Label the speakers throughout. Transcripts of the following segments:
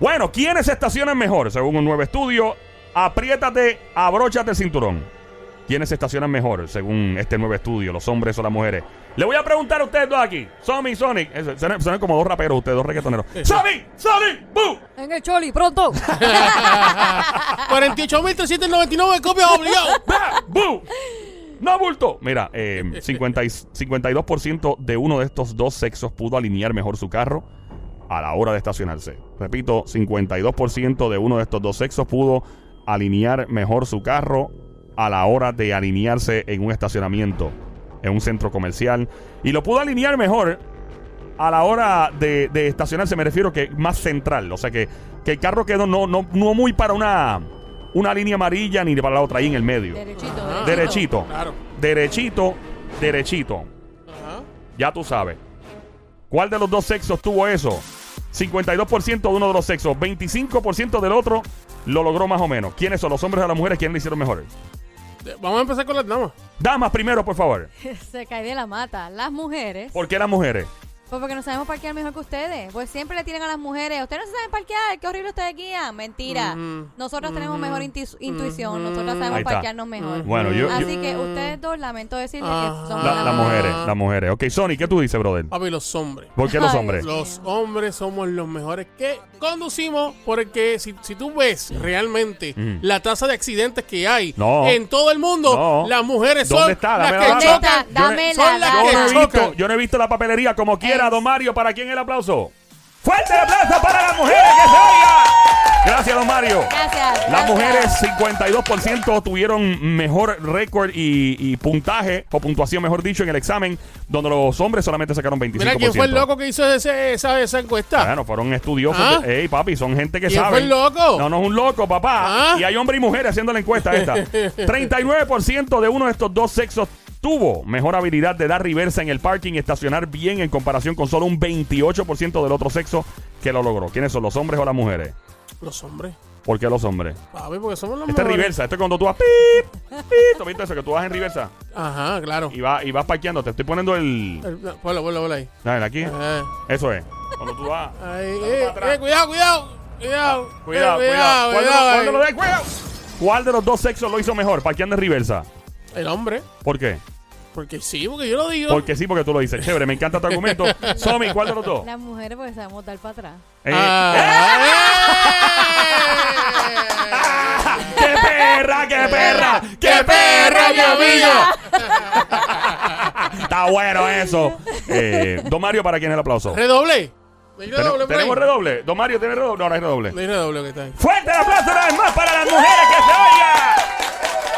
Speaker 1: Bueno, ¿quiénes se estacionan mejor? Según un nuevo estudio, apriétate, abróchate el cinturón. ¿Quiénes se estacionan mejor? Según este nuevo estudio, los hombres o las mujeres. Le voy a preguntar a ustedes dos aquí. Sonic, Sonic. Eso, Suenan, suenan como dos raperos, ustedes dos reggaetoneros. Sonic, Sonic, boo.
Speaker 2: En el choli, pronto.
Speaker 3: 48.399 copias obligado.
Speaker 1: ¡Bah! ¡Bu! ¡No bulto! Mira, eh, 50 y- 52% de uno de estos dos sexos pudo alinear mejor su carro a la hora de estacionarse. Repito, 52% de uno de estos dos sexos pudo alinear mejor su carro a la hora de alinearse en un estacionamiento, en un centro comercial. Y lo pudo alinear mejor a la hora de, de estacionarse, me refiero que más central. O sea que, que el carro quedó no, no, no muy para una, una línea amarilla ni para la otra, ahí en el medio.
Speaker 2: Derechito,
Speaker 1: Ah. Derechito.
Speaker 3: Claro.
Speaker 1: Derechito, derechito.
Speaker 3: Ajá.
Speaker 1: Ya tú sabes. ¿Cuál de los dos sexos tuvo eso? 52% de uno de los sexos, 25% del otro lo logró más o menos. ¿Quiénes son los hombres o las mujeres? ¿Quiénes le hicieron mejor?
Speaker 3: De- Vamos a empezar con las damas.
Speaker 1: Damas primero, por favor.
Speaker 2: Se cae de la mata. Las mujeres.
Speaker 1: ¿Por qué las mujeres?
Speaker 2: Pues porque no sabemos parquear mejor que ustedes. Pues siempre le tienen a las mujeres. Ustedes no se saben parquear. Qué horrible ustedes guían. Mentira. Nosotros tenemos mejor intu- intuición. Nosotros
Speaker 1: Ahí
Speaker 2: sabemos
Speaker 1: está.
Speaker 2: parquearnos mejor.
Speaker 1: Bueno, yo- yo-
Speaker 2: Así que ustedes dos lamento decirles que son
Speaker 3: Ah.
Speaker 1: La-
Speaker 2: malas
Speaker 1: las mujeres, las mujeres. Ok, Sony, ¿qué tú dices, brother?
Speaker 3: Papi, los hombres.
Speaker 1: ¿Por qué los
Speaker 2: Ay,
Speaker 1: hombres?
Speaker 3: Los hombres somos los mejores que conducimos porque si, si tú ves realmente
Speaker 1: Mm.
Speaker 3: la tasa de accidentes que hay
Speaker 1: No.
Speaker 3: en todo el mundo,
Speaker 1: No.
Speaker 3: las mujeres
Speaker 1: ¿Dónde
Speaker 3: son
Speaker 1: está?
Speaker 3: las
Speaker 1: Dame
Speaker 3: que
Speaker 1: la data.
Speaker 3: chocan.
Speaker 1: Yo no-
Speaker 2: Dame
Speaker 3: son
Speaker 2: la
Speaker 3: las
Speaker 1: Yo no,
Speaker 3: que
Speaker 1: he
Speaker 2: data.
Speaker 1: visto,
Speaker 3: chocan.
Speaker 1: yo no he visto la papelería como quiera,
Speaker 2: Es-
Speaker 1: don Mario. ¿Para quién el aplauso? ¡Fuerte el aplauso para las mujeres que se oiga! Gracias, don Mario. Las
Speaker 2: Gracias. gracias.
Speaker 1: mujeres, 52% tuvieron mejor récord y, y puntaje, o puntuación, mejor dicho, en el examen, donde los hombres solamente sacaron 25%.
Speaker 3: Mira quién fue el loco que hizo ese- esa, esa encuesta.
Speaker 1: Bueno, fueron estudiosos.
Speaker 3: ¿Ah?
Speaker 1: de- Ey, papi, son gente que
Speaker 3: ¿Quién
Speaker 1: sabe.
Speaker 3: fue el loco?
Speaker 1: No, no es un loco, papá.
Speaker 3: ¿Ah?
Speaker 1: Y hay hombres y mujeres haciendo la encuesta esta. 39% de uno de estos dos sexos tuvo mejor habilidad de dar reversa en el parking y estacionar bien en comparación con solo un 28% del otro sexo que lo logró. ¿Quiénes son, los hombres o las mujeres?
Speaker 3: Los hombres.
Speaker 1: ¿Por qué los hombres?
Speaker 3: Papi, porque somos los
Speaker 1: Este es
Speaker 3: mejores.
Speaker 1: reversa, este es cuando tú vas pip, pip, ¿tú viste eso? Que tú vas en reversa
Speaker 3: Ajá, claro.
Speaker 1: y vas, y vas parqueando. Te estoy poniendo el.
Speaker 3: El- no, Ponlo, ponlo, ponlo ahí.
Speaker 1: Dale, aquí.
Speaker 3: Eh,
Speaker 1: Eso es. Cuando tú vas.
Speaker 3: ahí,
Speaker 1: Dale
Speaker 3: eh,
Speaker 1: para atrás.
Speaker 3: eh, cuidado, cuidado. Cuidado, eh,
Speaker 1: Cuidado, cuidado. ¿Cuál de los- cuál de los
Speaker 3: eh.
Speaker 1: dos- cuidado? ¿Cuál de los dos sexos lo hizo mejor? Parqueando en reversa.
Speaker 3: El hombre.
Speaker 1: ¿Por qué?
Speaker 3: Porque sí, porque yo lo digo.
Speaker 1: Porque sí, porque tú lo dices. Chévere, me encanta tu argumento. Somi, ¿cuál de los dos?
Speaker 2: Las mujeres porque sabemos dar para atrás.
Speaker 1: Eh,
Speaker 3: Ah,
Speaker 1: ¡Ah! ¡Qué perra, qué perra! ¡Qué perra, mi amigo! Está bueno eso. Eh, don Mario, ¿para quién el aplauso?
Speaker 3: eh. ¿Redoble? ¿No hay
Speaker 1: Ten-
Speaker 3: redoble por
Speaker 1: ¿Tenemos
Speaker 3: ahí?
Speaker 1: redoble? pues. ¿Don Mario tiene redoble? No, no hay redoble.
Speaker 3: No hay redoble que está ahí.
Speaker 1: ¡Fuerte el aplauso una vez más para las mujeres que se oigan!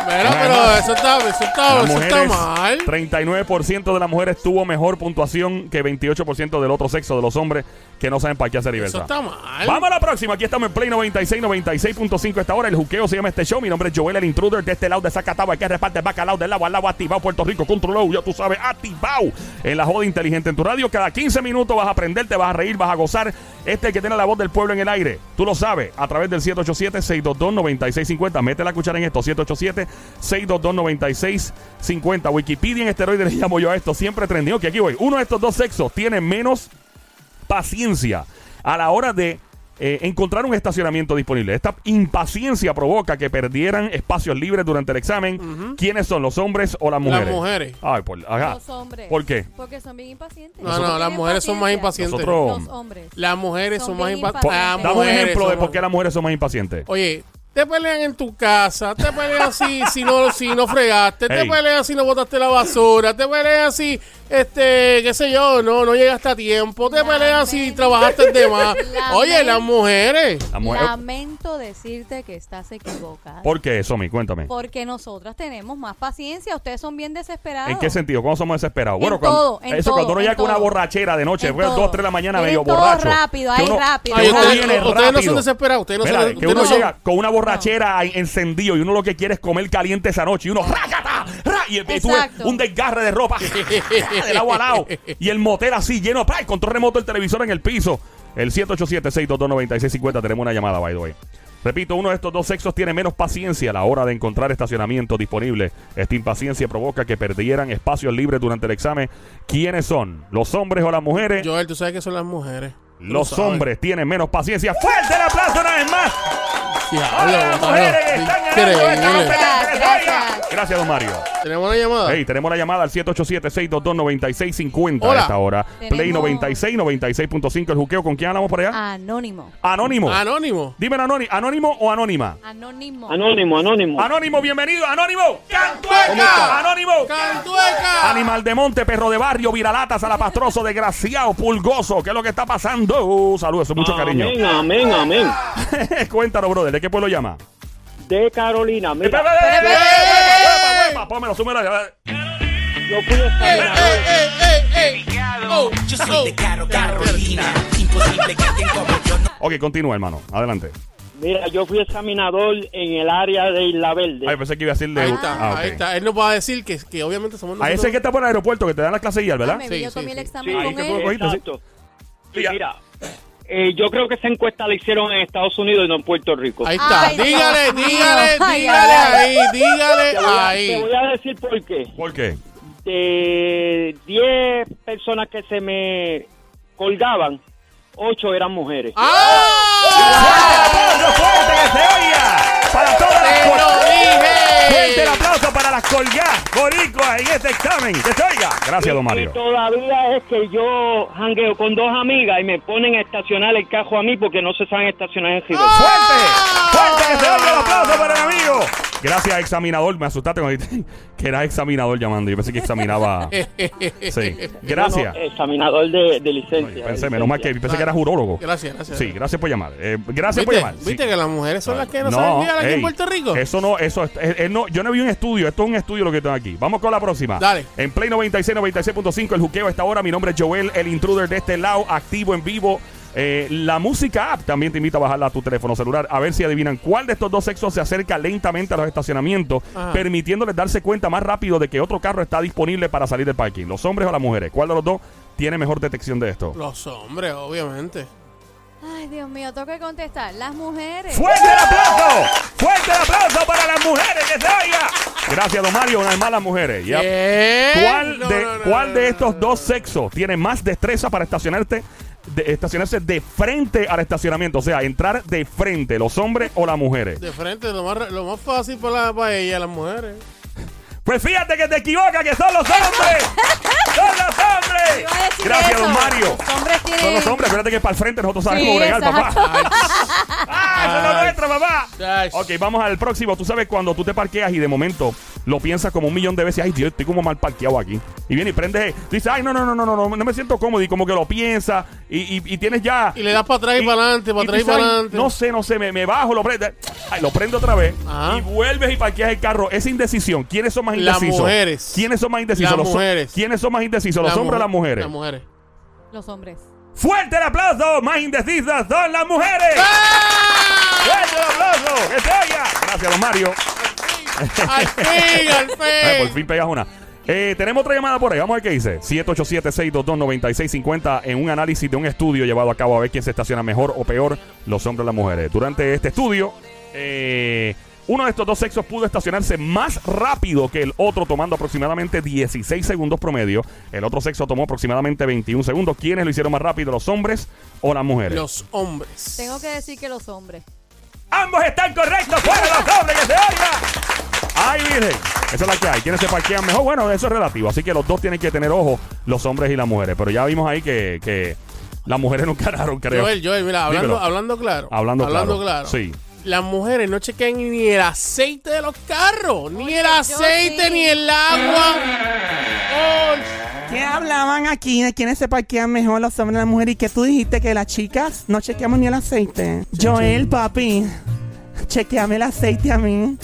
Speaker 3: Bueno, pero
Speaker 1: Bueno.
Speaker 3: eso está, eso está,
Speaker 1: Las
Speaker 3: Oh, eso está mal.
Speaker 1: mujeres, 39% de las mujeres tuvo mejor puntuación que 28% del otro sexo de los hombres que no saben para qué hacer
Speaker 3: Eso
Speaker 1: diversa.
Speaker 3: está mal.
Speaker 1: Vamos a la próxima. Aquí estamos en Play 96, 96.5 a esta hora. El juqueo se llama este show. Mi nombre es Joel, el intruder de este lado de Zacatau. El que reparte el bacalao del agua al agua. Activado Puerto Rico. Controlado. Ya tú sabes. Activado. En la joda inteligente en tu radio. Cada 15 minutos vas a aprender, te vas a reír, vas a gozar. Este es el que tiene la voz del pueblo en el aire. Tú lo sabes. A través del 787-622-9650. Mete la cuchara en esto. 787-622-9650. Wikipedia en esteroide le llamo yo a esto. Siempre trendido. Que aquí voy. Uno de estos dos sexos tiene menos paciencia a la hora de eh, encontrar un estacionamiento disponible. Esta impaciencia provoca que perdieran espacios libres durante el examen. ¿Quiénes son, los hombres o las mujeres?
Speaker 3: mujeres.
Speaker 1: Ay, por, ajá.
Speaker 2: Los hombres.
Speaker 1: Ah, ¿Por qué?
Speaker 2: Porque son bien impacientes.
Speaker 3: No, no, las
Speaker 2: Tienen
Speaker 3: mujeres son más
Speaker 2: paciencia.
Speaker 3: impacientes.
Speaker 1: Nosotros-
Speaker 2: Los hombres.
Speaker 3: Las mujeres son,
Speaker 2: Son
Speaker 3: más
Speaker 2: bien
Speaker 3: impacientes.
Speaker 2: impacientes.
Speaker 1: Dame
Speaker 2: Dame
Speaker 3: Las
Speaker 1: un
Speaker 3: mujeres
Speaker 1: ejemplo
Speaker 3: son
Speaker 1: de
Speaker 3: más-
Speaker 1: por qué las mujeres son más impacientes.
Speaker 3: Oye, te pelean en tu casa, te pelean si, si, no, si no fregaste, te
Speaker 1: Ey.
Speaker 3: pelean si no botaste la basura, te pelean si, este, qué sé yo, no, no llegaste a tiempo, te pelean si
Speaker 2: Lamento.
Speaker 3: trabajaste de más.
Speaker 2: Lamento.
Speaker 3: Oye, las mujeres.
Speaker 1: Las mujeres-
Speaker 2: Lamento decirte que estás equivocada.
Speaker 1: ¿Por qué, Somi? Cuéntame.
Speaker 2: Porque nosotras tenemos más paciencia. Ustedes son bien desesperados.
Speaker 1: ¿En qué sentido? ¿Cómo somos desesperados?
Speaker 2: En
Speaker 1: Bueno, cuando-
Speaker 2: todo, en
Speaker 1: eso
Speaker 2: todo,
Speaker 1: cuando uno llega
Speaker 2: en
Speaker 1: con una
Speaker 2: todo.
Speaker 1: borrachera de noche,
Speaker 2: En
Speaker 1: pues,
Speaker 2: todo.
Speaker 1: dos, tres de la mañana,
Speaker 2: Quieren
Speaker 1: medio
Speaker 2: todo
Speaker 1: borracho.
Speaker 2: rápido,
Speaker 1: que
Speaker 2: ahí
Speaker 1: uno-
Speaker 2: rápido,
Speaker 1: que uno
Speaker 2: rápido.
Speaker 1: viene
Speaker 3: Ustedes no son
Speaker 1: rápido.
Speaker 3: desesperados, ustedes no
Speaker 1: Mira,
Speaker 3: son-
Speaker 1: que
Speaker 3: ustedes
Speaker 1: uno
Speaker 3: no son-
Speaker 1: llega con una borrachera ahí encendido y uno lo que quiere es comer caliente esa noche y uno ¡rácata! ¡ra! y, y tú ves
Speaker 2: Exacto.
Speaker 1: un desgarre de ropa del agua al lado y el motel así lleno ¡pra! y control remoto el televisor en el piso el 787-622-9650 tenemos una llamada by the way Repito, uno de estos dos sexos tiene menos paciencia a la hora de encontrar estacionamiento disponible. Esta impaciencia provoca que perdieran espacios libres durante el examen. ¿Quiénes son? ¿Los hombres o las mujeres?
Speaker 3: Joel, tú sabes que son las mujeres.
Speaker 1: Los
Speaker 3: sabes.
Speaker 1: hombres tienen menos paciencia. ¡Fuerte el aplauso una vez más!
Speaker 3: Diablo,
Speaker 1: ¡Hola, las
Speaker 3: mano,
Speaker 1: mujeres que están ganando esta
Speaker 3: increíble.
Speaker 1: competencia!
Speaker 2: Gracias,
Speaker 1: Gracias.
Speaker 2: gracias.
Speaker 1: Gracias, don Mario.
Speaker 3: Tenemos una llamada.
Speaker 1: Hey, tenemos la llamada al 787-622-9650 a
Speaker 3: Hola.
Speaker 1: esta hora. Play
Speaker 2: Tenemos-
Speaker 1: 96, 96.5. El juqueo, ¿con quién hablamos por allá?
Speaker 2: Anónimo.
Speaker 1: Anónimo.
Speaker 3: Anónimo.
Speaker 1: Dímelo, Anónimo. ¿Anónimo o anónima?
Speaker 2: Anónimo.
Speaker 4: Anónimo, anónimo.
Speaker 1: Anónimo, bienvenido. Anónimo.
Speaker 3: ¿Cómo está?
Speaker 1: Anónimo.
Speaker 3: ¡Cantueca!
Speaker 1: Animal de monte, perro de barrio, viralata, salapastroso, desgraciado, pulgoso. ¿Qué es lo que está pasando? Saludos, mucho cariño.
Speaker 4: Amén, amén, amén.
Speaker 1: Cuéntanos, brother, ¿de qué pueblo llama?
Speaker 4: De Carolina, mira,
Speaker 1: Pónmelo, súmelo.
Speaker 4: yo fui
Speaker 3: ¡Ey,
Speaker 4: examinador.
Speaker 3: ey, ey, ey, ey!
Speaker 5: Oh, yo soy de Caro Carolina. Imposible que alguien como yo no
Speaker 1: Ok, continúa, hermano. Adelante.
Speaker 4: Mira, yo fui examinador en el área de Isla Verde.
Speaker 1: Ay, pensé que iba a decir de...
Speaker 3: Ahí está,
Speaker 1: Ah, ok.
Speaker 3: ahí está. Él nos va a decir que, que obviamente somos
Speaker 1: A
Speaker 3: nosotros.
Speaker 1: ese que está por el aeropuerto, que te dan las clases guías, ¿verdad?
Speaker 2: Me
Speaker 3: Sí,
Speaker 2: vi, yo
Speaker 3: sí,
Speaker 2: tomé el
Speaker 3: sí.
Speaker 2: examen
Speaker 1: Sí, ahí
Speaker 2: con
Speaker 1: te
Speaker 2: él.
Speaker 1: puedo- cogiste, sí.
Speaker 4: Exacto. Sí, mira, eh, yo creo que esa encuesta la hicieron en Estados Unidos y no en Puerto Rico.
Speaker 3: Ahí está.
Speaker 2: Ay, Dios
Speaker 3: dígale,
Speaker 2: mío.
Speaker 3: dígale,
Speaker 2: Ay,
Speaker 3: dígale
Speaker 2: ay,
Speaker 3: ahí, dígale
Speaker 4: Te voy a- Te
Speaker 3: ahí.
Speaker 4: voy a decir por qué.
Speaker 1: ¿Por qué?
Speaker 4: De 10 personas que se me colgaban, 8 eran mujeres.
Speaker 3: ¡Ah!
Speaker 1: ¡Aplauso fuerte que se oiga! Para todas las
Speaker 3: ¡Te lo
Speaker 1: col- Fuerte el
Speaker 3: dije!
Speaker 1: aplauso para las colgadas boricuas en este examen. ¡Que se oiga! Gracias, don Mario.
Speaker 4: Y todavía es que yo jangueo con dos amigas y me ponen a estacionar el cajo a mí porque no se saben estacionar en River.
Speaker 1: ¡Fuerte! ¡Fuerte que se oiga el aplauso para el amigo! Gracias, examinador. Me asustaste cuando dijiste que era examinador llamando. Yo pensé que examinaba. Sí. Gracias.
Speaker 4: Bueno, examinador de, de licencia.
Speaker 1: Oye, pensé,
Speaker 4: de
Speaker 1: menos mal que
Speaker 4: licencia.
Speaker 1: pensé que era urólogo.
Speaker 3: eh, Gracias, gracias.
Speaker 1: Sí, gracias por llamar. Eh, gracias por
Speaker 3: ¿Viste,
Speaker 1: llamar. Sí.
Speaker 3: ¿Viste que las mujeres son las que no, saben guiar aquí
Speaker 1: ey,
Speaker 3: en Puerto Rico?
Speaker 1: Eso no, eso es- es- es no, yo no vi un estudio, esto es un estudio lo que tengo aquí. Vamos con la próxima.
Speaker 3: Dale.
Speaker 1: En Play 96, 96.5, el juqueo a esta hora. Mi nombre es Joel, el intruder de este lado, activo en vivo. Eh, la música app también te invita a bajarla a tu teléfono celular a ver si adivinan cuál de estos dos sexos se acerca lentamente a los estacionamientos,
Speaker 3: Ajá.
Speaker 1: permitiéndoles darse cuenta más rápido de que otro carro está disponible para salir del parking. ¿Los hombres o las mujeres? ¿Cuál de los dos tiene mejor detección de esto?
Speaker 3: Los hombres, obviamente.
Speaker 2: Ay, Dios mío, tengo que contestar. Las mujeres.
Speaker 1: ¡Fuerte el aplauso! ¡Fuerte el aplauso para las mujeres que se oiga! Gracias, don Mario, una vez más las mujeres. Yep.
Speaker 3: ¿Qué?
Speaker 1: ¿Cuál,
Speaker 3: No,
Speaker 1: de,
Speaker 3: no, no,
Speaker 1: cuál
Speaker 3: no,
Speaker 1: de
Speaker 3: no,
Speaker 1: estos
Speaker 3: no,
Speaker 1: dos sexos tiene más destreza para estacionarte, de, estacionarse de frente al estacionamiento? O sea, entrar de frente, los hombres o las mujeres.
Speaker 3: De frente, lo más, lo más fácil para, la- para ellas, las mujeres.
Speaker 1: Pues fíjate que te equivocas, que son los hombres. ¡Son los hombres!
Speaker 2: Iba a decir
Speaker 1: Gracias,
Speaker 2: eso.
Speaker 1: don Mario.
Speaker 2: Los hombres tienen.
Speaker 1: Son los hombres, fíjate que para el frente nosotros sabemos
Speaker 2: Sí,
Speaker 1: cómo bregar, papá.
Speaker 2: exacto.
Speaker 1: ¡Ah, eso no es
Speaker 3: Ay.
Speaker 1: nuestro, papá!
Speaker 3: Ay.
Speaker 1: Ok, vamos al próximo. Tú sabes cuando tú te parqueas y de momento lo piensas como un millón de veces. Ay, Dios, estoy como mal parqueado aquí. Y viene y prendes. Dices, ay, no, no, no, no, no, no, no me siento cómodo. Y como que lo piensas y, y- y tienes ya.
Speaker 3: Y le das para atrás y, para adelante, para
Speaker 1: y
Speaker 3: atrás y
Speaker 1: dices,
Speaker 3: para
Speaker 1: "Ay,
Speaker 3: adelante.
Speaker 1: No sé, no sé, me, me bajo, lo prendo. Ay, lo prendo otra vez.
Speaker 3: Ajá.
Speaker 1: Y vuelves y parqueas el carro. Esa indecisión. ¿Quiénes son más
Speaker 3: Las
Speaker 1: indecisos?
Speaker 3: mujeres.
Speaker 1: ¿Quiénes son más indecisos?
Speaker 3: Las
Speaker 1: Los hom-
Speaker 3: mujeres.
Speaker 1: ¿Quiénes son más indecisos? ¿Los
Speaker 3: Las
Speaker 1: hombres o las mujeres?
Speaker 3: Las mujeres.
Speaker 2: Los hombres.
Speaker 1: ¡Fuerte el aplauso! Más indecisas son las mujeres.
Speaker 3: ¡Ah!
Speaker 1: ¡Fuerte el aplauso! ¡Que se oiga! Gracias, don Mario.
Speaker 3: ¡Al fin, al fin!
Speaker 1: Ay, por fin pegas una. Eh, tenemos otra llamada por ahí. Vamos a ver qué dice. 787-622-9650 en un análisis de un estudio llevado a cabo a ver quién se estaciona mejor o peor, los hombres o las mujeres. Durante este estudio, eh, uno de estos dos sexos pudo estacionarse más rápido que el otro, tomando aproximadamente 16 segundos promedio. El otro sexo tomó aproximadamente 21 segundos. ¿Quiénes lo hicieron más rápido, los hombres o las mujeres?
Speaker 3: Los hombres.
Speaker 2: Tengo que decir que los hombres.
Speaker 1: Ambos están correctos. Fuera los hombres, que se oiga. Ay, virgen. Esa es la que hay. ¿Quiénes se parquean mejor? Bueno, eso es relativo. Así que los dos tienen que tener ojo, los hombres y las mujeres. Pero ya vimos ahí que, que las mujeres no ganaron, creo.
Speaker 3: Joel, Joel, mira, hablando,
Speaker 1: Dímelo.
Speaker 3: hablando claro.
Speaker 1: Hablando claro.
Speaker 3: claro.
Speaker 1: Sí.
Speaker 3: Las mujeres no chequean ni el aceite de los carros, ni
Speaker 2: Oye,
Speaker 3: el
Speaker 2: yo
Speaker 3: aceite,
Speaker 2: sí.
Speaker 3: ni el agua.
Speaker 6: ¿Qué hablaban aquí de quiénes se parquean mejor los hombres y las mujeres? Y que tú dijiste que las chicas no chequeamos ni el aceite. Joel, papi, chequeame el aceite a mí.